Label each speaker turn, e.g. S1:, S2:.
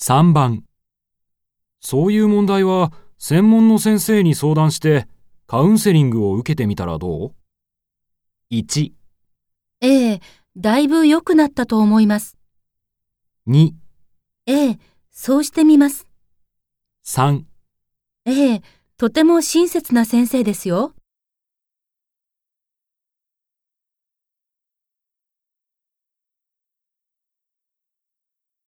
S1: 3番そういう問題は専門の先生に相談してカウンセリングを受けてみたらどう ?1、
S2: ええ、だいぶ良くなったと思います。
S1: 2、
S2: ええ、そうしてみます。
S1: 3
S2: ええ、とても親切な先生ですよ。